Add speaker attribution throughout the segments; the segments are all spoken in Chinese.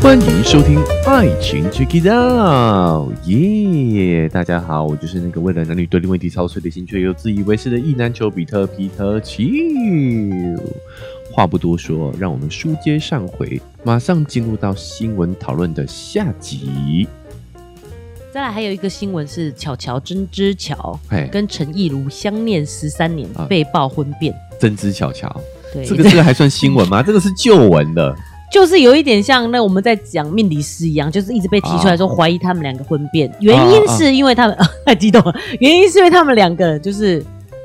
Speaker 1: 欢迎收听《爱情 Check It Out》，耶！大家好，我就是那个为了男女对立问题操碎了心却又自以为是的意男丘比特皮特丘。话不多说，让我们书接上回，马上进入到新闻讨论的下集。
Speaker 2: 再来还有一个新闻是巧乔真知乔
Speaker 1: 嘿，
Speaker 2: 跟陈亦儒相恋十三年
Speaker 1: 啊，
Speaker 2: 被曝婚变。
Speaker 1: 真知巧巧，
Speaker 2: 对，
Speaker 1: 这个这个还算新 闻吗？这个是旧闻的。
Speaker 2: 就是有一点像那我们在讲命理师一样，就是一直被提出来说怀疑他们两个婚变，原因
Speaker 1: 啊
Speaker 2: 是因为他们、 太激动了，原因是因为他们两个就是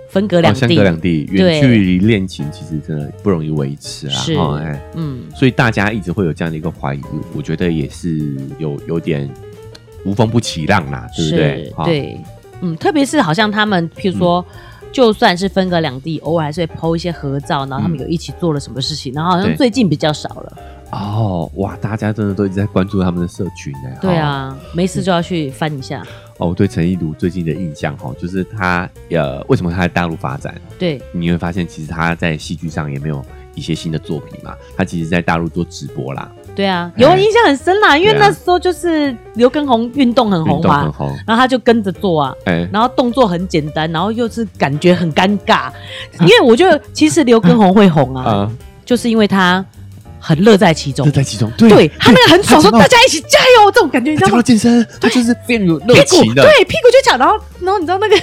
Speaker 2: 分隔两
Speaker 1: 哦、相
Speaker 2: 地，
Speaker 1: 隔两地，远
Speaker 2: 对
Speaker 1: 距离恋情其实真的不容易维持啊。
Speaker 2: 是
Speaker 1: 哦哎
Speaker 2: 嗯，
Speaker 1: 所以大家一直会有这样的一个怀疑，我觉得也是有有点无风不起浪啦，对不对嗯
Speaker 2: 是？
Speaker 1: 哈，
Speaker 2: 对，嗯，特别是好像他们譬如说。就算是分隔两地，偶尔还是会 PO 一些合照，然后他们
Speaker 1: 嗯
Speaker 2: 有一起做了什么事情，然后好
Speaker 1: 对
Speaker 2: 像最近比较少了。
Speaker 1: 哦，哇，大家真的都一直在关注他们的社群呢、
Speaker 2: 对
Speaker 1: 哈
Speaker 2: 啊，没事就要去翻一下。
Speaker 1: 哦，我对陈意如最近的印象哈，就是他呃，为什么他在大陆发展？
Speaker 2: 对，
Speaker 1: 你会发现其实他在戏剧上也没有一些新的作品嘛，他其实在大陆做直播啦，
Speaker 2: 对啊，
Speaker 1: 哎
Speaker 2: 有印象很深啦，因为
Speaker 1: 对啊
Speaker 2: 那时候就是刘畊宏运动很
Speaker 1: 运
Speaker 2: 红啊
Speaker 1: 动很
Speaker 2: 嘛，
Speaker 1: 红，
Speaker 2: 然后他就跟着做啊，
Speaker 1: 哎、
Speaker 2: 然后动作很简单，然后又是感觉很尴尬，因为我觉得其实刘畊宏会 红
Speaker 1: 啊、
Speaker 2: 啊，就是因为他很乐在其中
Speaker 1: 乐，在其中，
Speaker 2: 对他那个很爽，
Speaker 1: 他讲
Speaker 2: 说
Speaker 1: 到
Speaker 2: 大家一起加油这种感觉，你知
Speaker 1: 讲
Speaker 2: 道
Speaker 1: 到
Speaker 2: 吗？
Speaker 1: 健身，他就是变有热
Speaker 2: 屁
Speaker 1: 情
Speaker 2: 股
Speaker 1: 的，
Speaker 2: 对屁股就讲，然后然后你知道那个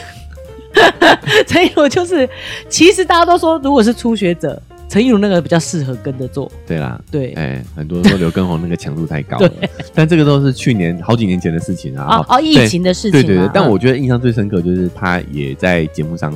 Speaker 2: 陈以儒就是，其实大家都说如果是初学者，陈以儒那个比较适合跟着做，
Speaker 1: 对啦，
Speaker 2: 对，
Speaker 1: 哎、很多人说刘畊宏那个强度太高了
Speaker 2: 对，
Speaker 1: 但这个都是去年好几年前的事情啊。
Speaker 2: 哦
Speaker 1: 哈
Speaker 2: 哦，疫情的事情
Speaker 1: 对
Speaker 2: 嘛，
Speaker 1: 对对，
Speaker 2: 嗯
Speaker 1: 但我觉得印象最深刻就是他也在节目上，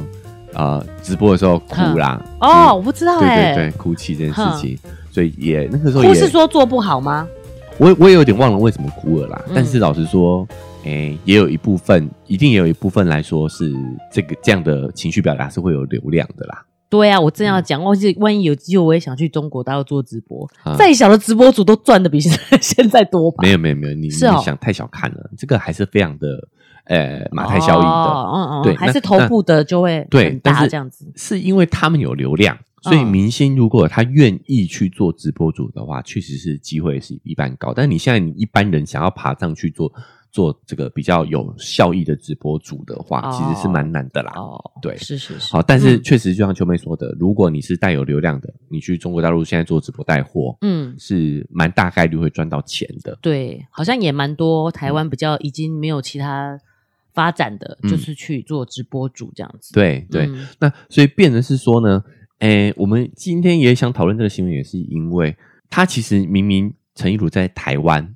Speaker 1: 呃，直播的时候哭啦，
Speaker 2: 哦，我不知道
Speaker 1: 嗯对
Speaker 2: 哎，
Speaker 1: 对对，哭泣这件事情，所以也那个时候
Speaker 2: 嗯哭是
Speaker 1: 也，
Speaker 2: 说做不好吗？
Speaker 1: 嗯我我也有点忘了为什么哭了啦。
Speaker 2: 嗯
Speaker 1: 但是老实说，哎、也有一部分，一定也有一部分来说是这个这样的情绪表达是会有流量的啦。
Speaker 2: 对啊，我正要
Speaker 1: 嗯
Speaker 2: 讲，忘记万一有机会，我也想去中国大陆做直播。
Speaker 1: 啊
Speaker 2: 再小的直播主都赚的比现在 现在多吧？
Speaker 1: 没有没有没有，你、
Speaker 2: 是哦
Speaker 1: 你想太小看了，这个还是非常的呃马太效应的。
Speaker 2: 哦嗯嗯，
Speaker 1: 对
Speaker 2: 还
Speaker 1: 那
Speaker 2: 是头部的就会
Speaker 1: 对
Speaker 2: 很，
Speaker 1: 但
Speaker 2: 大
Speaker 1: 是
Speaker 2: 这样子。
Speaker 1: 是因为他们有流量，所以
Speaker 2: 嗯
Speaker 1: 明星如果他愿意去做直播主的话，确实是机会是一般高。但你现在你一般人想要爬上去做做这个比较有效益的直播主的话，
Speaker 2: 哦
Speaker 1: 其实是蛮难的啦。
Speaker 2: 哦，
Speaker 1: 啊对
Speaker 2: 是是是。
Speaker 1: 好，但是
Speaker 2: 嗯
Speaker 1: 确实就像秋妹说的，如果你是带有流量的，你去中国大陆现在做直播带货，
Speaker 2: 嗯，
Speaker 1: 是蛮大概率会赚到钱的。
Speaker 2: 对，好像也蛮多台湾比较已经没有其他发展的，
Speaker 1: 嗯
Speaker 2: 就是去做直播主这样子。
Speaker 1: 对对，
Speaker 2: 嗯
Speaker 1: 那所以变的是说呢，诶，我们今天也想讨论这个新闻，也是因为他其实明明陈意儒在台湾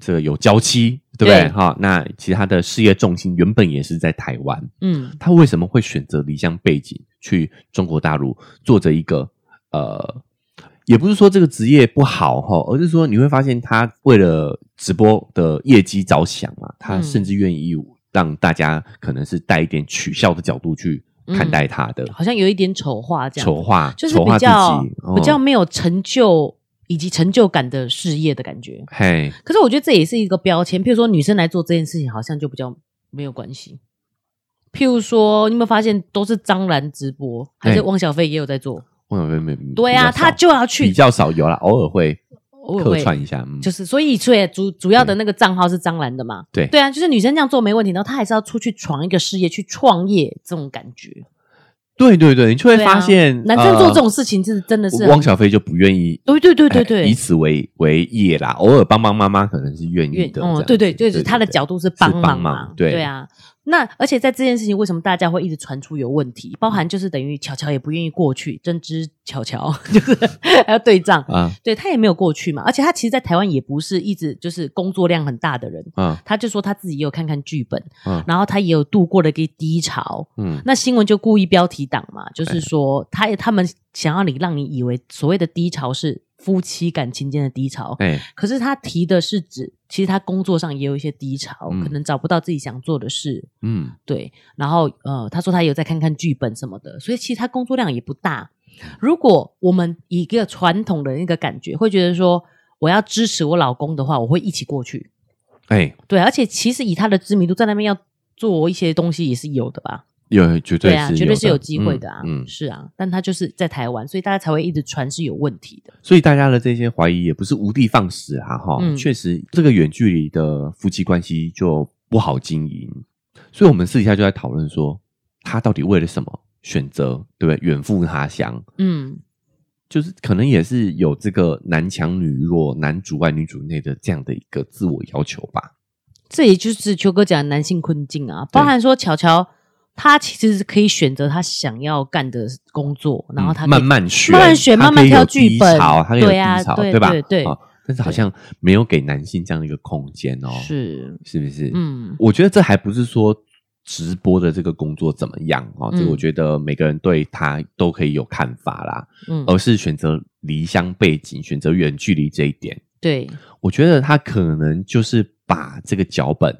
Speaker 1: 这个有娇妻，对不对？
Speaker 2: 对
Speaker 1: 哈，那其实他的事业重心原本也是在台湾，
Speaker 2: 嗯，
Speaker 1: 他为什么会选择离乡背景去中国大陆做着一个呃？也不是说这个职业不好哈，而是说你会发现他为了直播的业绩着想嘛，他
Speaker 2: 嗯
Speaker 1: 甚至愿意让大家可能是带一点取笑的角度去看待他的
Speaker 2: 好像有一点丑化这样子。
Speaker 1: 丑化，
Speaker 2: 嗯就是
Speaker 1: 丑化
Speaker 2: 比
Speaker 1: 自
Speaker 2: 较
Speaker 1: 己，嗯
Speaker 2: 比较没有成就以及成就感的事业的感觉。
Speaker 1: 嘿，
Speaker 2: 可是我觉得这也是一个标签，譬如说女生来做这件事情，好像就比较没有关系。譬如说，你有没有发现都是张兰直播，还是
Speaker 1: 哎
Speaker 2: 汪小菲也有在做？
Speaker 1: 我有没有没有？
Speaker 2: 对啊，
Speaker 1: 比较少
Speaker 2: 她就要
Speaker 1: 比
Speaker 2: 去，
Speaker 1: 较少有啦，偶尔会
Speaker 2: 偶尔
Speaker 1: 客
Speaker 2: 会
Speaker 1: 串一下，嗯，
Speaker 2: 就是所以所以主主要的那个账号是张兰的嘛。
Speaker 1: 对
Speaker 2: 对啊，就是女生这样做没问题，然后她还是要出去闯一个事业，去创业这种感觉。
Speaker 1: 嗯对对对，你就会
Speaker 2: 对啊
Speaker 1: 发现
Speaker 2: 男生做这种事情是真的是
Speaker 1: 呃
Speaker 2: 很
Speaker 1: 汪小菲就不愿意
Speaker 2: 对对对对
Speaker 1: 呃哎
Speaker 2: 对
Speaker 1: 以，此为为业啦，偶尔帮帮妈妈可能是愿意
Speaker 2: 愿
Speaker 1: 的。这样
Speaker 2: 嗯
Speaker 1: 子，
Speaker 2: 对对对，就是他的角度是帮
Speaker 1: 帮
Speaker 2: 忙嘛，
Speaker 1: 忙对
Speaker 2: 啊。那而且在这件事情，为什么大家会一直传出有问题？包含就是等于巧巧也不愿意过去，针织巧巧 就是还要对账，
Speaker 1: 啊
Speaker 2: 对他也没有过去嘛。而且他其实，在台湾也不是一直就是工作量很大的人，
Speaker 1: 啊
Speaker 2: 他就说他自己也有看看剧本，
Speaker 1: 嗯
Speaker 2: 然后他也有度过了一个低潮。
Speaker 1: 嗯
Speaker 2: 那新闻就故意标题党嘛，
Speaker 1: 哎
Speaker 2: 就是说他他们想要你让你以为所谓的低潮是夫妻感情间的低潮，
Speaker 1: 哎
Speaker 2: 可是他提的是指，其实他工作上也有一些低潮，
Speaker 1: 嗯
Speaker 2: 可能找不到自己想做的事，
Speaker 1: 嗯
Speaker 2: 对。然后呃，他说他有在看看剧本什么的，所以其实他工作量也不大。如果我们以一个传统的那个感觉，会觉得说我要支持我老公的话，我会一起过去，
Speaker 1: 哎
Speaker 2: 对。而且其实以他的知名度，在那边要做一些东西也是有的吧，
Speaker 1: 有绝
Speaker 2: 对
Speaker 1: 对
Speaker 2: 啊，
Speaker 1: 是
Speaker 2: 绝对是有
Speaker 1: 的
Speaker 2: 机会的啊，
Speaker 1: 嗯，嗯
Speaker 2: 是啊，但他就是在台湾，所以大家才会一直传是有问题的，
Speaker 1: 所以大家的这些怀疑也不是无的放矢哈、哈、
Speaker 2: 嗯
Speaker 1: 确实这个远距离的夫妻关系就不好经营，所以我们私底下就在讨论说，他到底为了什么选择对不对远赴他乡？
Speaker 2: 嗯，
Speaker 1: 就是可能也是有这个男强女弱、男主外女主内的这样的一个自我要求吧。
Speaker 2: 这也就是秋哥讲的男性困境啊，包含说巧巧他其实是可以选择他想要干的工作，然后他
Speaker 1: 嗯
Speaker 2: 可以
Speaker 1: 慢慢学，
Speaker 2: 慢慢学
Speaker 1: 他
Speaker 2: 慢慢
Speaker 1: 可以有
Speaker 2: 挑剧
Speaker 1: 低
Speaker 2: 本
Speaker 1: 潮他可以有
Speaker 2: 对啊
Speaker 1: 低潮，
Speaker 2: 对
Speaker 1: 吧？
Speaker 2: 对对
Speaker 1: 啊但是好像没有给男性这样的一个空间哦，
Speaker 2: 是，
Speaker 1: 是不是？
Speaker 2: 嗯
Speaker 1: 我觉得这还不是说直播的这个工作怎么样哦，
Speaker 2: 嗯
Speaker 1: 这个我觉得每个人对他都可以有看法啦，
Speaker 2: 嗯，
Speaker 1: 而是选择离乡背景、选择远距离这一点，
Speaker 2: 对，
Speaker 1: 我觉得他可能就是把这个脚本。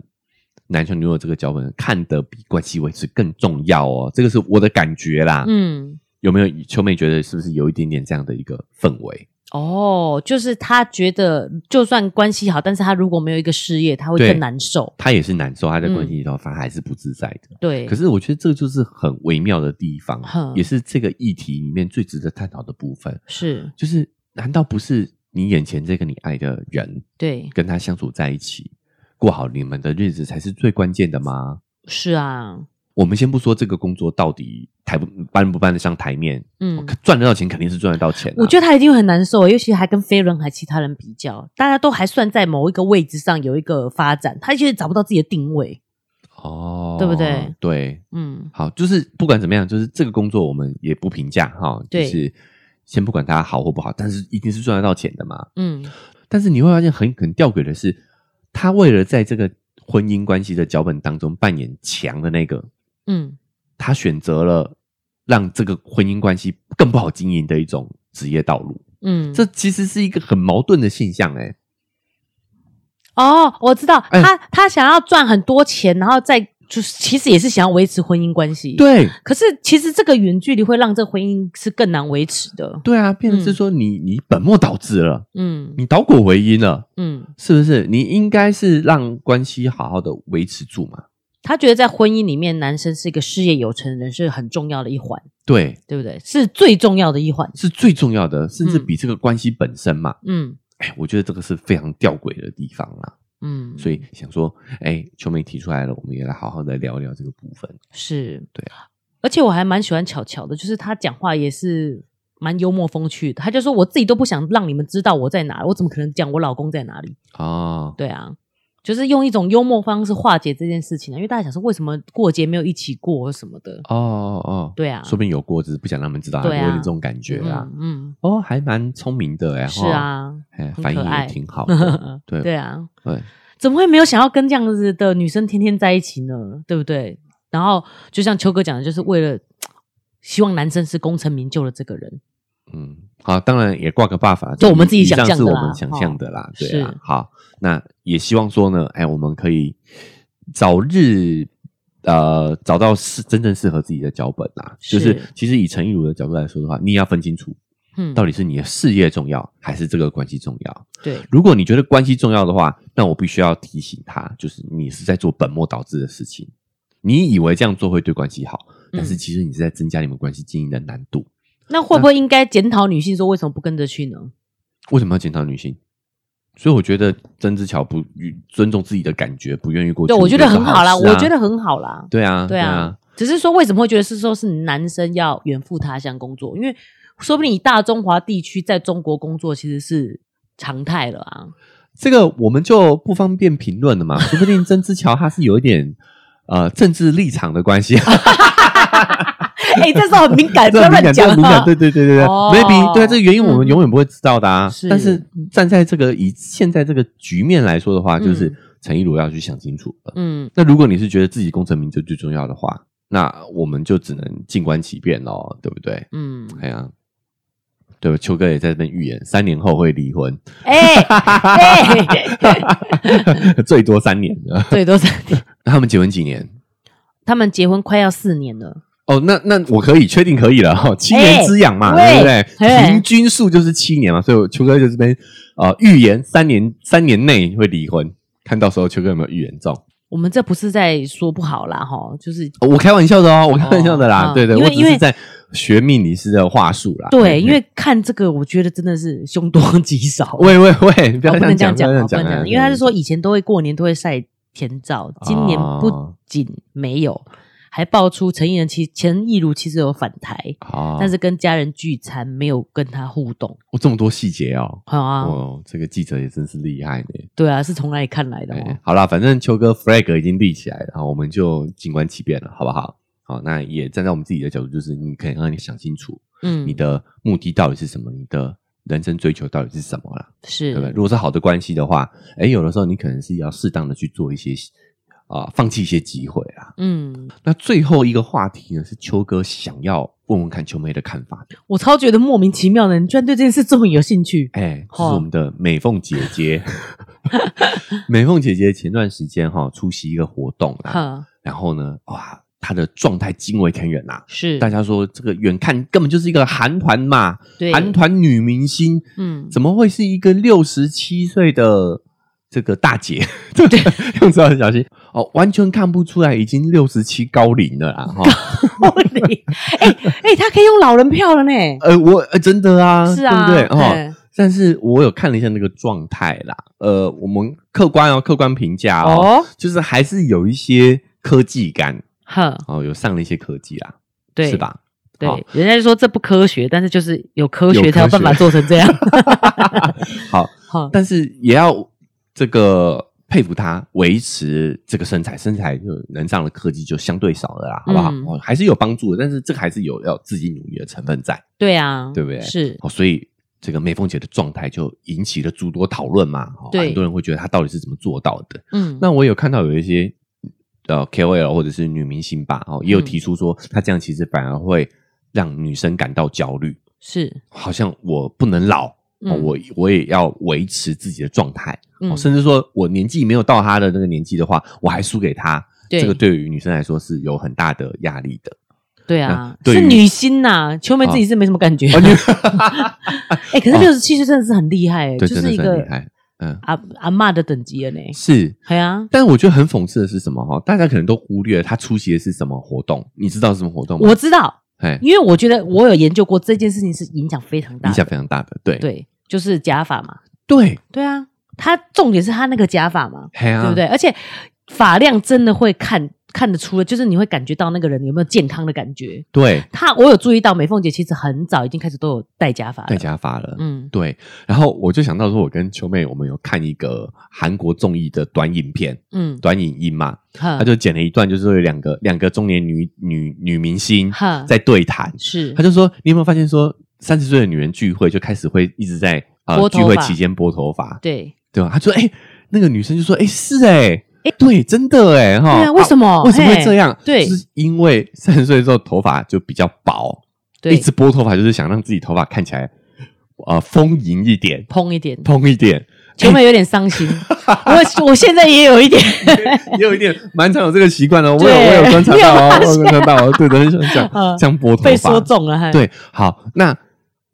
Speaker 1: 男强女弱这个脚本看得比关系维持更重要哦，这个是我的感觉啦。
Speaker 2: 嗯。
Speaker 1: 有没有秋妹觉得是不是有一点点这样的一个氛围？
Speaker 2: 哦，就是他觉得就算关系好，但是他如果没有一个事业，他会
Speaker 1: 对
Speaker 2: 更难受。
Speaker 1: 她也是难受，她在关系里头，她还是不自在的。
Speaker 2: 对，
Speaker 1: 可是我觉得这就是很微妙的地方
Speaker 2: 哼，
Speaker 1: 也是这个议题里面最值得探讨的部分。
Speaker 2: 是
Speaker 1: 就是难道不是你眼前这个你爱的人
Speaker 2: 对，
Speaker 1: 跟他相处在一起，过好你们的日子才是最关键的吗？
Speaker 2: 是啊，
Speaker 1: 我们先不说这个工作到底抬不搬不搬得上台面，
Speaker 2: 嗯，
Speaker 1: 赚得到钱肯定是赚得到钱、啊。
Speaker 2: 我觉得他一定会很难受，尤其还跟飞轮还其他人比较，大家都还算在某一个位置上有一个发展，他其实找不到自己的定位。
Speaker 1: 哦，
Speaker 2: 对不对？
Speaker 1: 对，
Speaker 2: 嗯，
Speaker 1: 好，就是不管怎么样，就是这个工作我们也不评价哈，就
Speaker 2: 对
Speaker 1: 是先不管它好或不好，但是一定是赚得到钱的嘛。
Speaker 2: 嗯，
Speaker 1: 但是你会发现很很吊诡的是，他为了在这个婚姻关系的脚本当中扮演强的那个，
Speaker 2: 嗯，
Speaker 1: 他选择了让这个婚姻关系更不好经营的一种职业道路。
Speaker 2: 嗯，
Speaker 1: 这其实是一个很矛盾的现象、欸，
Speaker 2: 哦，我知道，
Speaker 1: 哎
Speaker 2: 他他想要赚很多钱，然后再就是其实也是想要维持婚姻关系。，
Speaker 1: 对。
Speaker 2: 可是其实这个远距离会让这婚姻是更难维持的。
Speaker 1: 对啊，变成是
Speaker 2: 嗯
Speaker 1: 说你、你本末倒置了，
Speaker 2: 嗯
Speaker 1: 你倒果为因了，
Speaker 2: 嗯，
Speaker 1: 是不是？你应该是让关系好好的维持住嘛？
Speaker 2: 他觉得在婚姻里面，男生是一个事业有成的人是很重要的一环，
Speaker 1: 对，
Speaker 2: 对不对？是最重要的一环。
Speaker 1: 是最重要的，甚至
Speaker 2: 嗯
Speaker 1: 比这个关系本身嘛。
Speaker 2: 嗯
Speaker 1: 哎、我觉得这个是非常吊诡的地方啦。
Speaker 2: 嗯，
Speaker 1: 所以想说，哎、秋妹提出来了，我们也来好好的聊聊这个部分。
Speaker 2: 是，
Speaker 1: 对
Speaker 2: 啊。而且我还蛮喜欢巧巧的，就是他讲话也是蛮幽默风趣的。他就说：“我自己都不想让你们知道我在哪，我怎么可能讲我老公在哪里
Speaker 1: 哦？”，
Speaker 2: 对啊，就是用一种幽默方式化解这件事情啊。因为大家想说，为什么过节没有一起过或什么的？
Speaker 1: 哦哦哦，
Speaker 2: 对啊，
Speaker 1: 说不定有过，只是不想让他们知道，有
Speaker 2: 对啊
Speaker 1: 点这种感觉啦。
Speaker 2: 嗯，
Speaker 1: 哦，还蛮聪明的哎、
Speaker 2: 嗯是
Speaker 1: 吼，
Speaker 2: 啊，
Speaker 1: 哎、
Speaker 2: 很
Speaker 1: 反
Speaker 2: 可
Speaker 1: 应也
Speaker 2: 爱
Speaker 1: 挺好 的。对
Speaker 2: 对啊，
Speaker 1: 对，
Speaker 2: 怎么会没有想要跟这样子的女生天天在一起呢？对不对？然后就像秋哥讲的，就是为了希望男生是功成名就的这个人。
Speaker 1: 嗯，好，当然也挂个 buff 啊，
Speaker 2: 就我们自己
Speaker 1: 以上
Speaker 2: 想象
Speaker 1: 是
Speaker 2: 的
Speaker 1: 我
Speaker 2: 啦
Speaker 1: 们想象的啦，对啊
Speaker 2: 是。
Speaker 1: 好，那也希望说呢，哎，我们可以早日呃找到适真正适合自己的脚本啦。就是
Speaker 2: 是
Speaker 1: 其实以陈意如的角度来说的话，你也要分清楚，
Speaker 2: 嗯，
Speaker 1: 到底是你的事业重要还是这个关系重要。
Speaker 2: 对，
Speaker 1: 如果你觉得关系重要的话，那我必须要提醒他，就是你是在做本末倒置的事情。你以为这样做会对关系好，但是
Speaker 2: 嗯
Speaker 1: 其实你是在增加你们关系经营的难度。
Speaker 2: 那会不会应该检讨女性说为什么不跟着去呢？
Speaker 1: 为什么要检讨女性？所以我觉得曾之乔不尊重自己的感觉，不愿意过去。
Speaker 2: 对，我觉得
Speaker 1: 是
Speaker 2: 很好啦，
Speaker 1: 事啊
Speaker 2: 我觉得很好啦。
Speaker 1: 对啊，
Speaker 2: 对
Speaker 1: 对
Speaker 2: 啊
Speaker 1: 啊，，
Speaker 2: 只是说为什么会觉得是说是男生要远赴他乡工作？因为说不定你大中华地区在中国工作其实是常态了 啊。
Speaker 1: 这个我们就不方便评论了 嘛。说不定曾之乔他是有一点呃政治立场的关系，啊
Speaker 2: 哎、这时候很敏感，不
Speaker 1: 这
Speaker 2: 要
Speaker 1: 很
Speaker 2: 乱
Speaker 1: 敏感，这
Speaker 2: 讲
Speaker 1: 很敏
Speaker 2: 啊
Speaker 1: 感，。对对对对对
Speaker 2: 哦
Speaker 1: ，maybe 对啊这个原因我们
Speaker 2: 嗯
Speaker 1: 永远不会知道的啊
Speaker 2: 是。
Speaker 1: 但是站在这个以现在这个局面来说的话，就是
Speaker 2: 嗯
Speaker 1: 陈一如要去想清楚了。
Speaker 2: 嗯，
Speaker 1: 那如果你是觉得自己功成名就最重要的话，那我们就只能静观其变咯，对不对？
Speaker 2: 嗯，
Speaker 1: 哎呀，对吧？秋哥也在这边预言，三年后会离婚，
Speaker 2: 哎、哎，
Speaker 1: 最多三年。
Speaker 2: 对，都是
Speaker 1: 那他们结婚几年？
Speaker 2: 他们结婚快要四年了，
Speaker 1: 哦，那那我可以确定可以了哈，七
Speaker 2: 哎
Speaker 1: 年之痒嘛，
Speaker 2: 喂
Speaker 1: 对不对？
Speaker 2: 嘿
Speaker 1: 平均数就是七年嘛，所以我秋哥就这边呃预言三年三年内会离婚，看到时候秋哥有没有预言中？
Speaker 2: 我们这不是在说不好啦，哈，就是
Speaker 1: 哦我开玩笑的哦，我开玩笑的啦，
Speaker 2: 哦
Speaker 1: 对对，
Speaker 2: 因为
Speaker 1: 我只
Speaker 2: 因
Speaker 1: 是
Speaker 2: 为
Speaker 1: 在学命理师的话术啦。
Speaker 2: 对，因为看这个，我觉得真的是凶多吉少。
Speaker 1: 喂喂喂，你不
Speaker 2: 哦
Speaker 1: 要
Speaker 2: 不能
Speaker 1: 这样
Speaker 2: 讲，
Speaker 1: 不要
Speaker 2: 哦不
Speaker 1: 这样讲，
Speaker 2: 能讲，
Speaker 1: 啊哎
Speaker 2: 因为他是说以前都会过年都会晒甜照，今年不
Speaker 1: 哦
Speaker 2: 仅没有，还爆出陈艺人其陈亦儒其实有反台，
Speaker 1: 啊，
Speaker 2: 但是跟家人聚餐没有跟他互动。
Speaker 1: 哦这么多细节哦，
Speaker 2: 好啊，
Speaker 1: 哦，这个记者也真是厉害呢。
Speaker 2: 对啊，是从哪里看来的哦？
Speaker 1: 哎好啦，反正秋哥 flag 已经立起来了，然后我们就静观其变了，好不好？好，那也站在我们自己的角度，就是你可以让你想清楚
Speaker 2: 嗯，
Speaker 1: 你的目的到底是什么，你的人生追求到底是什么啦，
Speaker 2: 是
Speaker 1: 对不对？如果是好的关系的话，哎，有的时候你可能是要适当的去做一些啊、放弃一些机会啦。
Speaker 2: 嗯，
Speaker 1: 那最后一个话题呢，是秋哥想要问问看秋妹的看法的，
Speaker 2: 我超觉得莫名其妙的，你居然对这件事这么有兴趣。
Speaker 1: 哎，这是
Speaker 2: 哦
Speaker 1: 我们的美凤姐姐。 美凤姐姐前段时间哈、出席一个活动啦，
Speaker 2: 哈，
Speaker 1: 然后呢，哇，他的状态惊为天人呐、
Speaker 2: 是
Speaker 1: 大，家说这个远看根本就是一个韩团嘛，
Speaker 2: 对，
Speaker 1: 韩团女明星，
Speaker 2: 嗯，
Speaker 1: 怎么会是一个六十七岁的这个大姐？ 对不对？用词要很小心哦，完全看不出来已经六十七高龄了啦。哈、
Speaker 2: 道理？哎哎，他可以用老人票了呢。
Speaker 1: 呃，我呃真的啊，
Speaker 2: 是啊，
Speaker 1: 对不对？哦，
Speaker 2: 哎
Speaker 1: 但是我有看了一下那个状态啦，呃，我们客观哦，客观评价哦，
Speaker 2: 哦，
Speaker 1: 就是还是有一些科技感
Speaker 2: 哈，
Speaker 1: 哦，有上了一些科技啦，
Speaker 2: 对，
Speaker 1: 是？吧？哦
Speaker 2: 对
Speaker 1: 好，
Speaker 2: 人家就说这不科学，但是就是有科
Speaker 1: 有
Speaker 2: 学
Speaker 1: 科
Speaker 2: 才有办法
Speaker 1: 学
Speaker 2: 做成这样。
Speaker 1: 好，
Speaker 2: 哈，
Speaker 1: 但是也要这个佩服他维持这个身材，身材就能上的科技就相对少了啦，好不好？
Speaker 2: 嗯
Speaker 1: 哦，还是有帮助的，但是这个还是有要自己努力的成分在
Speaker 2: 对啊，
Speaker 1: 对不对
Speaker 2: 是，
Speaker 1: 哦，所以这个美凤姐的状态就引起了诸多讨论嘛，哦、
Speaker 2: 对
Speaker 1: 很多人会觉得她到底是怎么做到的。
Speaker 2: 嗯，
Speaker 1: 那我有看到有一些呃 KOL 或者是女明星吧，
Speaker 2: 嗯
Speaker 1: 哦，也有提出说，她这样其实反而会让女生感到焦虑，
Speaker 2: 是，
Speaker 1: 好像我不能老，哦、
Speaker 2: 嗯
Speaker 1: 我我也要维持自己的状态。哦，
Speaker 2: 嗯，
Speaker 1: 甚至说我年纪没有到他的那个年纪的话，我还输给他，
Speaker 2: 对
Speaker 1: 这个对于女生来说是有很大的压力的。
Speaker 2: 对啊
Speaker 1: 那，对
Speaker 2: 是
Speaker 1: 于啊哦
Speaker 2: 女星呐，秋妹自己是没什么感觉。 哎，可是六十七岁真的是很厉害，
Speaker 1: 对，
Speaker 2: 就
Speaker 1: 真的
Speaker 2: 一
Speaker 1: 是很厉
Speaker 2: 个
Speaker 1: 害。嗯，
Speaker 2: 阿阿嬷的等级了呢。
Speaker 1: 是。
Speaker 2: 对啊，
Speaker 1: 但我觉得很讽刺的是什么哈？大家可能都忽略了他出席的是什么活动，你知道是什么活动吗？
Speaker 2: 我知道，
Speaker 1: 哎，
Speaker 2: 因为我觉得我有研究过这件事情是影响非常大
Speaker 1: 影响
Speaker 2: 的，
Speaker 1: 非常大的，对
Speaker 2: 对，就是假发嘛，
Speaker 1: 对，
Speaker 2: 对啊，他重点是他那个假发嘛，
Speaker 1: 嘿啊，
Speaker 2: 对不对？而且发量真的会看看得出来，就是你会感觉到那个人有没有健康的感觉。
Speaker 1: 对？
Speaker 2: 他我有注意到，美凤姐其实很早已经开始都有戴假发了，
Speaker 1: 戴假发了。
Speaker 2: 嗯，
Speaker 1: 对，然后我就想到说，我跟秋妹我们有看一个韩国综艺的短影片、
Speaker 2: 嗯
Speaker 1: 短影音嘛，
Speaker 2: 嗯，
Speaker 1: 他就剪了一段，就是有两个两个中年女女女明星
Speaker 2: 哈
Speaker 1: 在对谈，
Speaker 2: 是
Speaker 1: 他就说，你有没有发现说，三十岁的女人聚会就开始会一直在呃
Speaker 2: 拨
Speaker 1: 聚
Speaker 2: 头发
Speaker 1: 会期间拨头发，
Speaker 2: 对
Speaker 1: 对吧？他说，哎、那个女生就说，哎、是哎、对，真的哎、哈，
Speaker 2: 对啊，为什
Speaker 1: 么、
Speaker 2: 么
Speaker 1: 为什么会这？
Speaker 2: 嘿
Speaker 1: 样？
Speaker 2: 对
Speaker 1: 就是因为三十岁之后头发就比较薄，一
Speaker 2: 对，
Speaker 1: 直拨头发就是想让自己头发看起来呃丰盈一点，
Speaker 2: 砰一点，
Speaker 1: 蓬一哎点，
Speaker 2: 前面有点 伤心，我我现在也有一点，
Speaker 1: 也有一点蛮常有这个习惯的，我有
Speaker 2: 对
Speaker 1: 我有观察
Speaker 2: 你有
Speaker 1: 到哦，
Speaker 2: 发
Speaker 1: 我有观察到哦，对的，很想讲
Speaker 2: 嗯
Speaker 1: 像拨头
Speaker 2: 被
Speaker 1: 发
Speaker 2: 说，中了，嘿，
Speaker 1: 对，好，那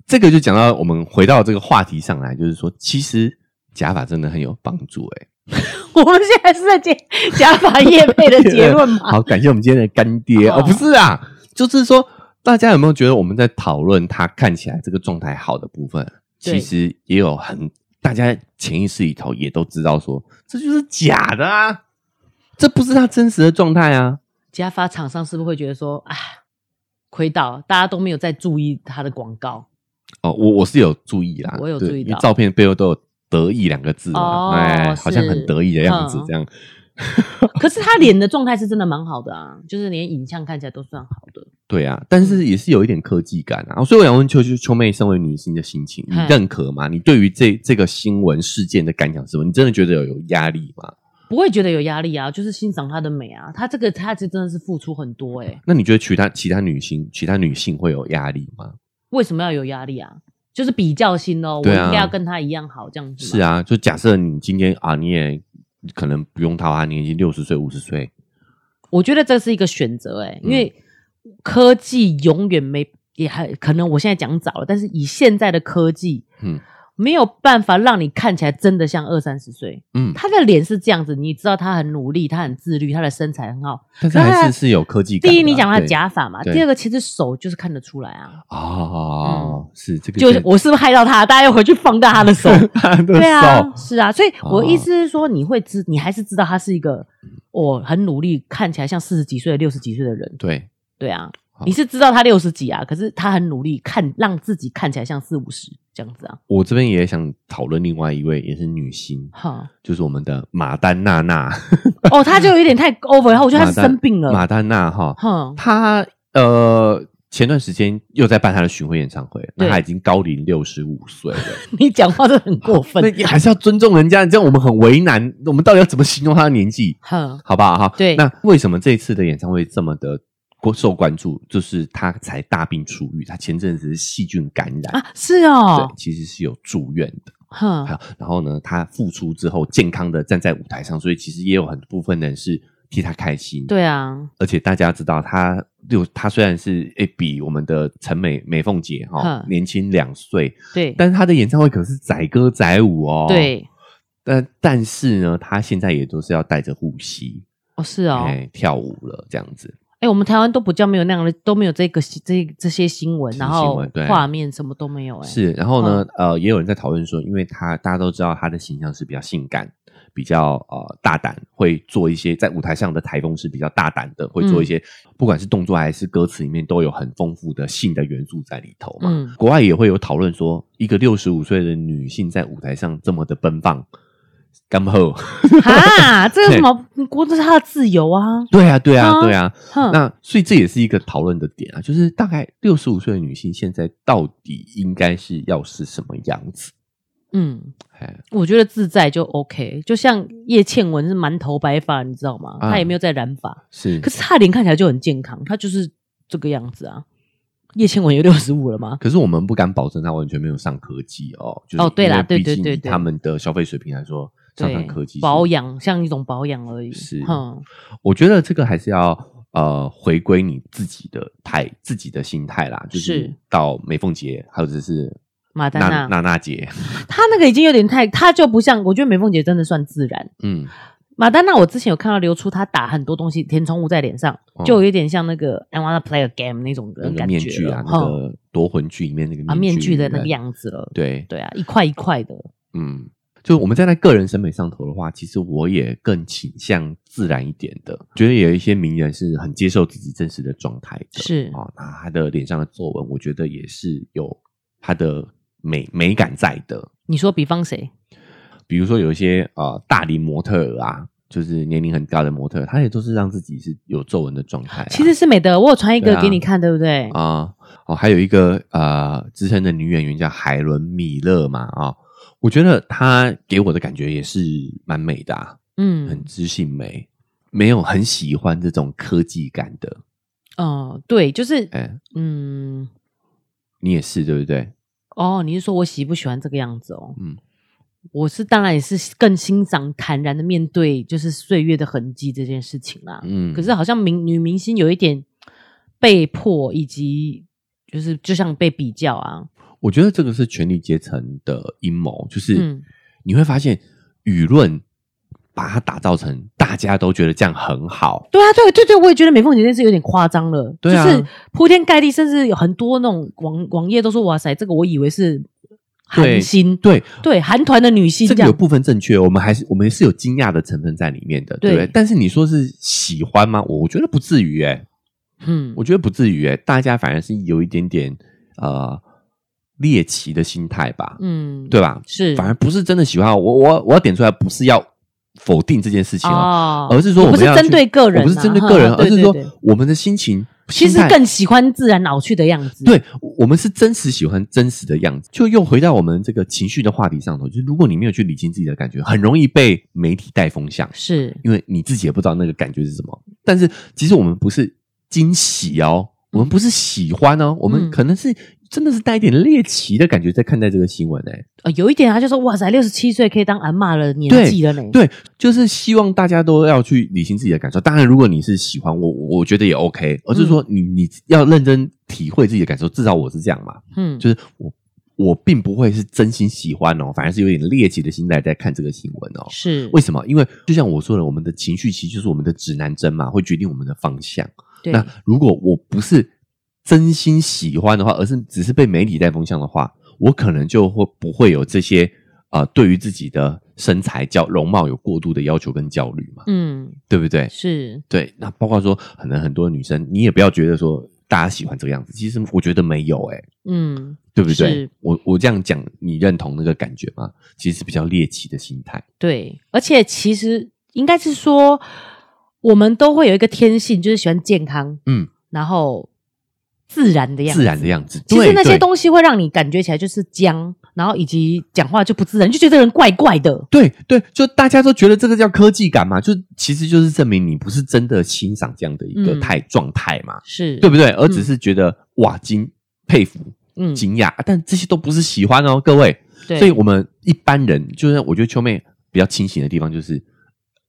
Speaker 1: 这个就讲到我们回到这个话题上来，就是说，其实假发真的很有帮助、欸，
Speaker 2: 我们现在是 在接假发叶配的结论嘛？
Speaker 1: 好，感谢我们今天的干爹
Speaker 2: 好
Speaker 1: 哦，不是啊，就是说，大家有没有觉得我们在讨论他看起来这个状态好的部分，其
Speaker 2: 对
Speaker 1: 实也有很大家潜意识里头也都知道说，这就是假的啊，这不是他真实的状态啊。
Speaker 2: 假发厂商是不是会觉得说，哎，亏到大家都没有在注意他的广告？
Speaker 1: 哦，我我是有注意啦，
Speaker 2: 我有
Speaker 1: 对
Speaker 2: 注意
Speaker 1: 因为
Speaker 2: 到
Speaker 1: 照片背后都有“得意”两个字嘛，
Speaker 2: 哦
Speaker 1: 哎，好像
Speaker 2: 是
Speaker 1: 很得意的样子
Speaker 2: 嗯，
Speaker 1: 这样。
Speaker 2: 可是他脸的状态是真的蛮好的啊，就是连影像看起来都算好的。
Speaker 1: 对啊，但
Speaker 2: 嗯
Speaker 1: 是也是有一点科技感啊，所以我想问秋秋秋妹，身为女性的心情，你
Speaker 2: 嗨
Speaker 1: 认可吗？你对于这这个新闻事件的感想是什么？你真的觉得有有压力吗？
Speaker 2: 不会觉得有压力啊，就是欣赏她的美啊。她这个她这真的是付出很多哎、
Speaker 1: 那你觉得其他其他女性其他女性会有压力吗？
Speaker 2: 为什么要有压力啊？就是比较心哦，我
Speaker 1: 对啊
Speaker 2: 应该要跟她一样好这样子。
Speaker 1: 是，啊，就假设你今天啊，你也可能不用她啊，你已经六十岁、五十岁，
Speaker 2: 我觉得这是一个选择哎、
Speaker 1: 嗯
Speaker 2: 因为科技永远没也还可能我现在讲早了，但是以现在的科技，
Speaker 1: 嗯，
Speaker 2: 没有办法让你看起来真的像二三十岁。
Speaker 1: 嗯，
Speaker 2: 他的脸是这样子，你知道他很努力，他很自律，他的身材很好。
Speaker 1: 但是
Speaker 2: 可是
Speaker 1: 还
Speaker 2: 他
Speaker 1: 是是有科技感的啦。啊
Speaker 2: 第一，你讲他的
Speaker 1: 对
Speaker 2: 假发嘛；
Speaker 1: 对
Speaker 2: 第二个，其实手就是看得出来啊。
Speaker 1: 啊，是这个
Speaker 2: 嗯就
Speaker 1: 对，
Speaker 2: 是我是不是害到他？大家又回去放大他 的手。
Speaker 1: 他的
Speaker 2: 对啊，
Speaker 1: 手
Speaker 2: 是啊，所以我
Speaker 1: 哦
Speaker 2: 意思是说，你会知，你还是知道他是一个我很努力，看起来像四十几岁、六十几岁的人。
Speaker 1: 对，
Speaker 2: 对啊
Speaker 1: 好，
Speaker 2: 你是知道他六十几啊，可是他很努力看，让自己看起来像四五十这样子啊。
Speaker 1: 我这边也想讨论另外一位也是女星，
Speaker 2: 哈，
Speaker 1: 就是我们的马丹娜娜。
Speaker 2: 哦，他就有点太 over，然后我觉得他是生病了。
Speaker 1: 马丹娜哈，
Speaker 2: 哼，
Speaker 1: 她呃前段时间又在办她的巡回演唱会，那
Speaker 2: 对
Speaker 1: 她已经高龄六十五岁了，
Speaker 2: 你讲话真的很过
Speaker 1: 那
Speaker 2: 分。
Speaker 1: 你还是要尊重人家，这样我们很为难，我们到底要怎么形容她的年纪？
Speaker 2: 哼，
Speaker 1: 好不好哈？
Speaker 2: 对
Speaker 1: 那为什么这一次的演唱会这么的受关注？就是她才大病初愈，她前阵子是细菌感染，
Speaker 2: 啊，是哦
Speaker 1: 对，，其实是有住院的。
Speaker 2: 哼
Speaker 1: 还，有，然后呢，他复出之后健康的站在舞台上，所以其实也有很多部分人是替他开心。，
Speaker 2: 对啊，
Speaker 1: 而且大家知道他，就他虽然是诶、比我们的陈美美凤姐哈、
Speaker 2: 哼
Speaker 1: 年轻两岁，
Speaker 2: 对，
Speaker 1: 但是他的演唱会可是载歌载舞哦。，
Speaker 2: 对，
Speaker 1: 但但是呢，他现在也都是要带着护膝
Speaker 2: 哦，是哦，
Speaker 1: 哎跳舞了这样子。
Speaker 2: 哎，我们台湾都不叫没有那样的，都没有这个这这些新闻，
Speaker 1: 新
Speaker 2: 然后
Speaker 1: 闻对
Speaker 2: 画面什么都没有，哎，
Speaker 1: 是，然后呢，呃，也有人在讨论说，因为他大家都知道他的形象是比较性感、比较呃大胆，会做一些在舞台上的台风是比较大胆的，会做一些、不管是动作还是歌词里面都有很丰富的性的元素在里头嘛。
Speaker 2: 嗯
Speaker 1: 国外也会有讨论说，一个六十五岁的女性在舞台上这么的奔放，干后，
Speaker 2: 哈，这个什么，国这是他的自由啊，
Speaker 1: 对啊，对啊，
Speaker 2: 啊
Speaker 1: 对啊。
Speaker 2: 哼，
Speaker 1: 那所以这也是一个讨论的点啊，就是大概六十五岁的女性现在到底应该是要是什么样子？
Speaker 2: 嗯。
Speaker 1: 哎，
Speaker 2: 我觉得自在就 OK，就像叶倩文是满头白发，你知道吗？
Speaker 1: 啊
Speaker 2: 她也没有在染发，
Speaker 1: 是，
Speaker 2: 可是她的脸看起来就很健康，她就是这个样子啊。叶倩文有六十五了吗？
Speaker 1: 可是我们不敢保证它完全没有上科技哦，就是
Speaker 2: 哦对啦
Speaker 1: 因为
Speaker 2: 对
Speaker 1: 毕竟
Speaker 2: 对对
Speaker 1: 以
Speaker 2: 对
Speaker 1: 他们的消费水平来说，上上
Speaker 2: 对
Speaker 1: 科技，是
Speaker 2: 保。养像一种保养而已。
Speaker 1: 是
Speaker 2: 哼，
Speaker 1: 我觉得这个还是要呃回归你自己的态，自己的心态啦，就是
Speaker 2: 是
Speaker 1: 到美凤姐或者是
Speaker 2: 马丹
Speaker 1: 娜
Speaker 2: 娜，
Speaker 1: 娜娜姐，
Speaker 2: 她那个已经有点太，她就不像，我觉得美凤姐真的算自然。
Speaker 1: 嗯，
Speaker 2: 马丹娜，我之前有看到流出她打很多东西填充物在脸上，
Speaker 1: 哦
Speaker 2: 就有点像那个 I wanna play a game 那种
Speaker 1: 那个
Speaker 2: 感
Speaker 1: 面
Speaker 2: 觉
Speaker 1: 具
Speaker 2: 了
Speaker 1: 啊，那
Speaker 2: 哼
Speaker 1: 个夺魂剧里面那个
Speaker 2: 啊面具的那
Speaker 1: 人
Speaker 2: 个，样子了。
Speaker 1: 对，
Speaker 2: 对啊，一块一块的。
Speaker 1: 嗯。就我们站在个人审美上头的话，其实我也更倾向自然一点的，觉得有一些名人是很接受自己真实的状态的。
Speaker 2: 是
Speaker 1: 啊、那他的脸上的皱纹，我觉得也是有他的美美感在的。
Speaker 2: 你说，比方谁？
Speaker 1: 啊比如说有一些呃大龄模特儿啊，就是年龄很高的模特儿，他也都是让自己是有皱纹的状态啊、
Speaker 2: 其实是美的，我有传一
Speaker 1: 对
Speaker 2: 个
Speaker 1: 啊
Speaker 2: 给你看，对不对？
Speaker 1: 啊、哦，还有一个呃资深的女演员叫海伦米勒嘛啊、我觉得她给我的感觉也是蛮美的、啊，很
Speaker 2: 嗯，
Speaker 1: 知性美，没有很喜欢这种科技感的。
Speaker 2: 哦，对，就是
Speaker 1: 哎、
Speaker 2: 嗯，
Speaker 1: 你也是对不对？
Speaker 2: 哦，你是说我喜不喜欢这个样子哦？
Speaker 1: 嗯
Speaker 2: 嗯，我是当然也是更欣赏坦然的面对，就是岁月的痕迹这件事情啦。
Speaker 1: 嗯，
Speaker 2: 可是好像明女明星有一点被迫，以及就是就像被比较啊，
Speaker 1: 我觉得这个是权力阶层的阴谋，就是
Speaker 2: 嗯
Speaker 1: 你会发现舆论把它打造成大家都觉得这样很好，
Speaker 2: 对啊，对对对，我也觉得美凤姐这件事有点夸张了，
Speaker 1: 对啊
Speaker 2: 就是铺天盖地，甚至有很多那种网网页都说哇塞，这个我以为是韩星，
Speaker 1: 对，
Speaker 2: 对韩团的女星
Speaker 1: 这
Speaker 2: 这
Speaker 1: 个有
Speaker 2: 样，
Speaker 1: 部分正确，我们还是我们是有惊讶的成分在里面的，对
Speaker 2: 对
Speaker 1: 不对？但是你说是喜欢吗？我我觉得不至于、欸，
Speaker 2: 嗯
Speaker 1: 我觉得不至于、欸，大家反而是有一点点呃猎奇的心态吧，
Speaker 2: 嗯，
Speaker 1: 对吧？
Speaker 2: 是
Speaker 1: 反而不是真的喜欢，啊我我我要点出来，不是要否定这件事情哦，
Speaker 2: 哦
Speaker 1: 而是说
Speaker 2: 我
Speaker 1: 我
Speaker 2: 不
Speaker 1: 们
Speaker 2: 是
Speaker 1: 要
Speaker 2: 针
Speaker 1: 去
Speaker 2: 对个人啊，
Speaker 1: 我不是针对个人，
Speaker 2: 哈哈
Speaker 1: 而是
Speaker 2: 对对对
Speaker 1: 说我们的心情，
Speaker 2: 其实
Speaker 1: 心态
Speaker 2: 更喜欢自然老去的样子，，
Speaker 1: 对，我们是真实喜欢真实的样子。就又回到我们这个情绪的话题上头，就是如果你没有去理清自己的感觉，很容易被媒体带风向，
Speaker 2: 是
Speaker 1: 因为你自己也不知道那个感觉是什么。但是其实我们不是惊喜哦，我们不是喜欢哦，我们
Speaker 2: 嗯
Speaker 1: 可能是真的是带一点猎奇的感觉在看待这个新闻哎、
Speaker 2: 呃有一点啊，就说哇塞，六十七岁可以当阿嬷了，年纪了呢，
Speaker 1: 对，就是希望大家都要去理清自己的感受。当然，如果你是喜欢我，我我觉得也 OK，而是说你你要认真体会自己的感受。至少我是这样嘛，
Speaker 2: 嗯，
Speaker 1: 就是我我并不会是真心喜欢哦，反而是有点猎奇的心态在看这个新闻哦。
Speaker 2: 是
Speaker 1: 为什么？因为就像我说的，我们的情绪其实就是我们的指南针嘛，会决定我们的方向。
Speaker 2: 对
Speaker 1: 那如果我不是真心喜欢的话，而是只是被媒体带风向的话，我可能就会不会有这些啊，对于自己的身材、焦容貌有过度的要求跟焦虑嘛，
Speaker 2: 嗯
Speaker 1: 对不对？
Speaker 2: 是
Speaker 1: 对，那包括说，可能很多女生，你也不要觉得说大家喜欢这个样子，其实我觉得没有、欸，
Speaker 2: 嗯
Speaker 1: 对不对
Speaker 2: 是？
Speaker 1: 我我这样讲，你认同那个感觉吗？其实是比较猎奇的心态，
Speaker 2: 对，而且其实应该是说，我们都会有一个天性，就是喜欢健康，
Speaker 1: 嗯，
Speaker 2: 然后自然的样子，
Speaker 1: 自然的样子。
Speaker 2: 其实
Speaker 1: 对
Speaker 2: 那些
Speaker 1: 对
Speaker 2: 东西会让你感觉起来就是僵，然后以及讲话就不自然，就觉得人怪怪的。
Speaker 1: 对对，就大家都觉得这个叫科技感嘛，就其实就是证明你不是真的欣赏这样的一个
Speaker 2: 嗯
Speaker 1: 态、状态嘛，
Speaker 2: 是
Speaker 1: 对不对？而只是觉得、哇惊佩服
Speaker 2: 嗯，
Speaker 1: 惊讶、啊但这些都不是喜欢哦，各位。
Speaker 2: 对，
Speaker 1: 所以我们一般人就是，我觉得秋妹比较清醒的地方就是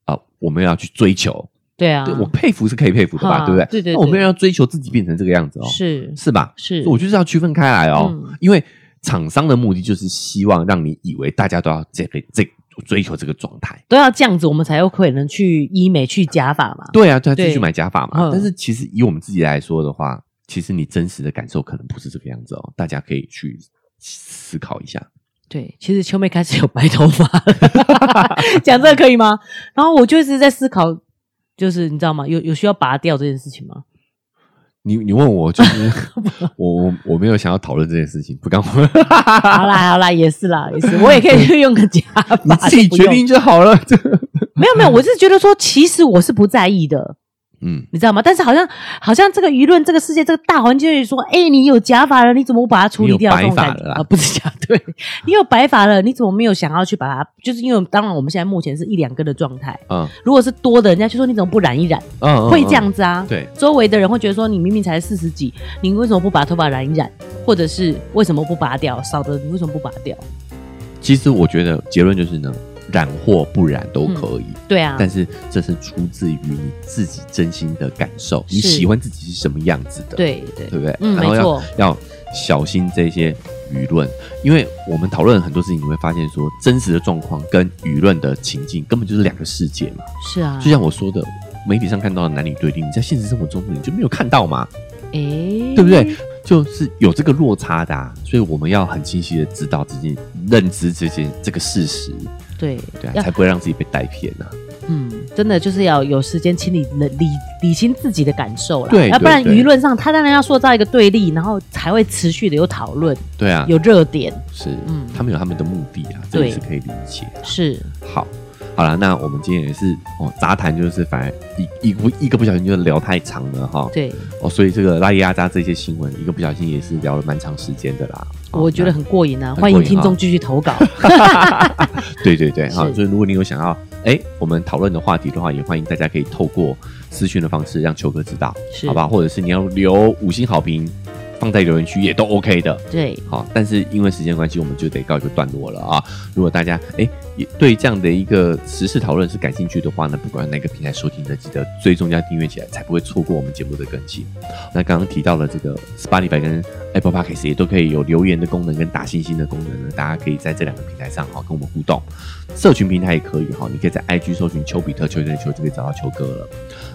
Speaker 1: 啊、我们要去追求，
Speaker 2: 对啊，
Speaker 1: 对我佩服是可以佩服的吧，
Speaker 2: 哈
Speaker 1: 对不对？
Speaker 2: 对对
Speaker 1: 那我们
Speaker 2: 对
Speaker 1: 要追求自己变成这个样子哦，
Speaker 2: 是
Speaker 1: 是吧？
Speaker 2: 是，
Speaker 1: 所以我就是要区分开来哦，
Speaker 2: 嗯
Speaker 1: 因为厂商的目的就是希望让你以为大家都要这个这追求这个状态。
Speaker 2: 都要这样子，我们才有可能去医美、去假发嘛。
Speaker 1: 对啊，对啊，
Speaker 2: 对
Speaker 1: 继续买假发嘛。
Speaker 2: 嗯
Speaker 1: 但是其实以我们自己来说的话，其实你真实的感受可能不是这个样子哦，大家可以去思考一下。
Speaker 2: 对，其实秋妹开始有白头发了， 讲这个可以吗？然后我就一直在思考，就是你知道吗？有有需要拔掉这件事 情吗？
Speaker 1: 你你问我就是 我我我没有想要讨论这件事情，不敢问，
Speaker 2: 好啦好啦，也是啦也是，我也可以去用个假
Speaker 1: 你
Speaker 2: 发，
Speaker 1: 自己
Speaker 2: 就不
Speaker 1: 决
Speaker 2: 用
Speaker 1: 定。就好了。这
Speaker 2: 没有没有，我是觉得说，其实我是不在意的，
Speaker 1: 嗯，
Speaker 2: 你知道吗？但是好像好像这个舆论、这个世界、这个大环境就是说，哎，你有假发了，你怎么不把它处理掉？
Speaker 1: 你有
Speaker 2: 这种
Speaker 1: 白发
Speaker 2: 感觉
Speaker 1: 了啦
Speaker 2: 啊，不是假对，你有白发了，你怎么没有想要去把它？就是因为当然我们现在目前是一两根的状态，
Speaker 1: 嗯
Speaker 2: 如果是多的，人家就说你怎么不染一染？
Speaker 1: 嗯，
Speaker 2: 会这样子啊
Speaker 1: 嗯。。对，
Speaker 2: 周围的人会觉得说，你明明才四十几，你为什么不把头发染一染？或者是为什么不拔掉？少的你为什么不拔掉？
Speaker 1: 其实我觉得结论就是呢，染或不染都可以，
Speaker 2: 对啊，
Speaker 1: 但是这是出自于你自己真心的感受，你
Speaker 2: 是
Speaker 1: 喜欢自己是什么样子的。
Speaker 2: 对对
Speaker 1: 对不对？
Speaker 2: 嗯
Speaker 1: 然后
Speaker 2: 没
Speaker 1: 要
Speaker 2: 错
Speaker 1: 要小心这些舆论，因为我们讨论很多事情，你会发现说真实的状况跟舆论的情境根本就是两个世界嘛。
Speaker 2: 是啊。
Speaker 1: 就像我说的，媒体上看到的男女对立，你在现实生活中你就没有看到嘛，
Speaker 2: 哎，
Speaker 1: 对不对？？就是有这个落差的、啊，所以我们要很清晰的知道这件认知这件这个事实，
Speaker 2: 对
Speaker 1: 对啊，
Speaker 2: 要
Speaker 1: 才不会让自己被带偏啊。
Speaker 2: 嗯，真的就是要有时间清理理理理清自己的感受啦。
Speaker 1: 对
Speaker 2: 要不然
Speaker 1: 对对
Speaker 2: 舆论上他当然要塑造一个对立，然后才会持续的有讨论、
Speaker 1: 对啊，
Speaker 2: 有热点。
Speaker 1: 是，
Speaker 2: 嗯
Speaker 1: 他们有他们的目的啊，这个
Speaker 2: 对
Speaker 1: 是可以理解的。
Speaker 2: 是，
Speaker 1: 好，好了，那我们今天也是哦，杂谈就是反正一一不一个不小心就聊太长了哈。
Speaker 2: 对，
Speaker 1: 哦，所以这个拉里拉扎这些新闻，一个不小心也是聊了蛮长时间的啦。哦
Speaker 2: 我觉得很过瘾啊！
Speaker 1: 很过
Speaker 2: 欢
Speaker 1: 瘾
Speaker 2: 迎听
Speaker 1: 啊
Speaker 2: 众继续 投稿。
Speaker 1: 那对对对，
Speaker 2: 是
Speaker 1: 好，所以如果你有想要哎我们讨论的话题的话，也欢迎大家可以透过私讯的方式让球哥知道，
Speaker 2: 是
Speaker 1: 好吧？或者是你要留五星好评放在留言区也都 OK 的。
Speaker 2: 对，
Speaker 1: 好，但是因为时间关系，我们就得告一个段落了啊。如果大家哎也对这样的一个时事讨论是感兴趣的话呢，不管哪个平台收听的，记得追踪加订阅起来，才不会错过我们节目的更新。那刚刚提到了这个 Spotify 跟 Apple Podcast 也都可以有留言的功能跟打星星的功能呢，大家可以在这两个平台上哈、跟我们互动。社群平台也可以哈、你可以在 IG 搜寻丘比特丘比特丘就可以找到丘哥了。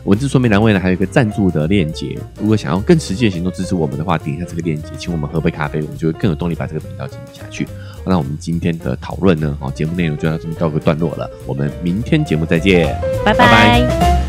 Speaker 1: 文字说明栏位呢，还有一个赞助的链接。如果想要更实际的行动支持我们的话，点一下这个链接，请我们喝杯咖啡，我们就会更有动力把这个频道经营下去。好那我们今天的哦讨论呢，好，节目内容就到这边告个段落了，我们明天节目再见。
Speaker 2: 拜
Speaker 1: 拜
Speaker 2: 拜。
Speaker 1: 拜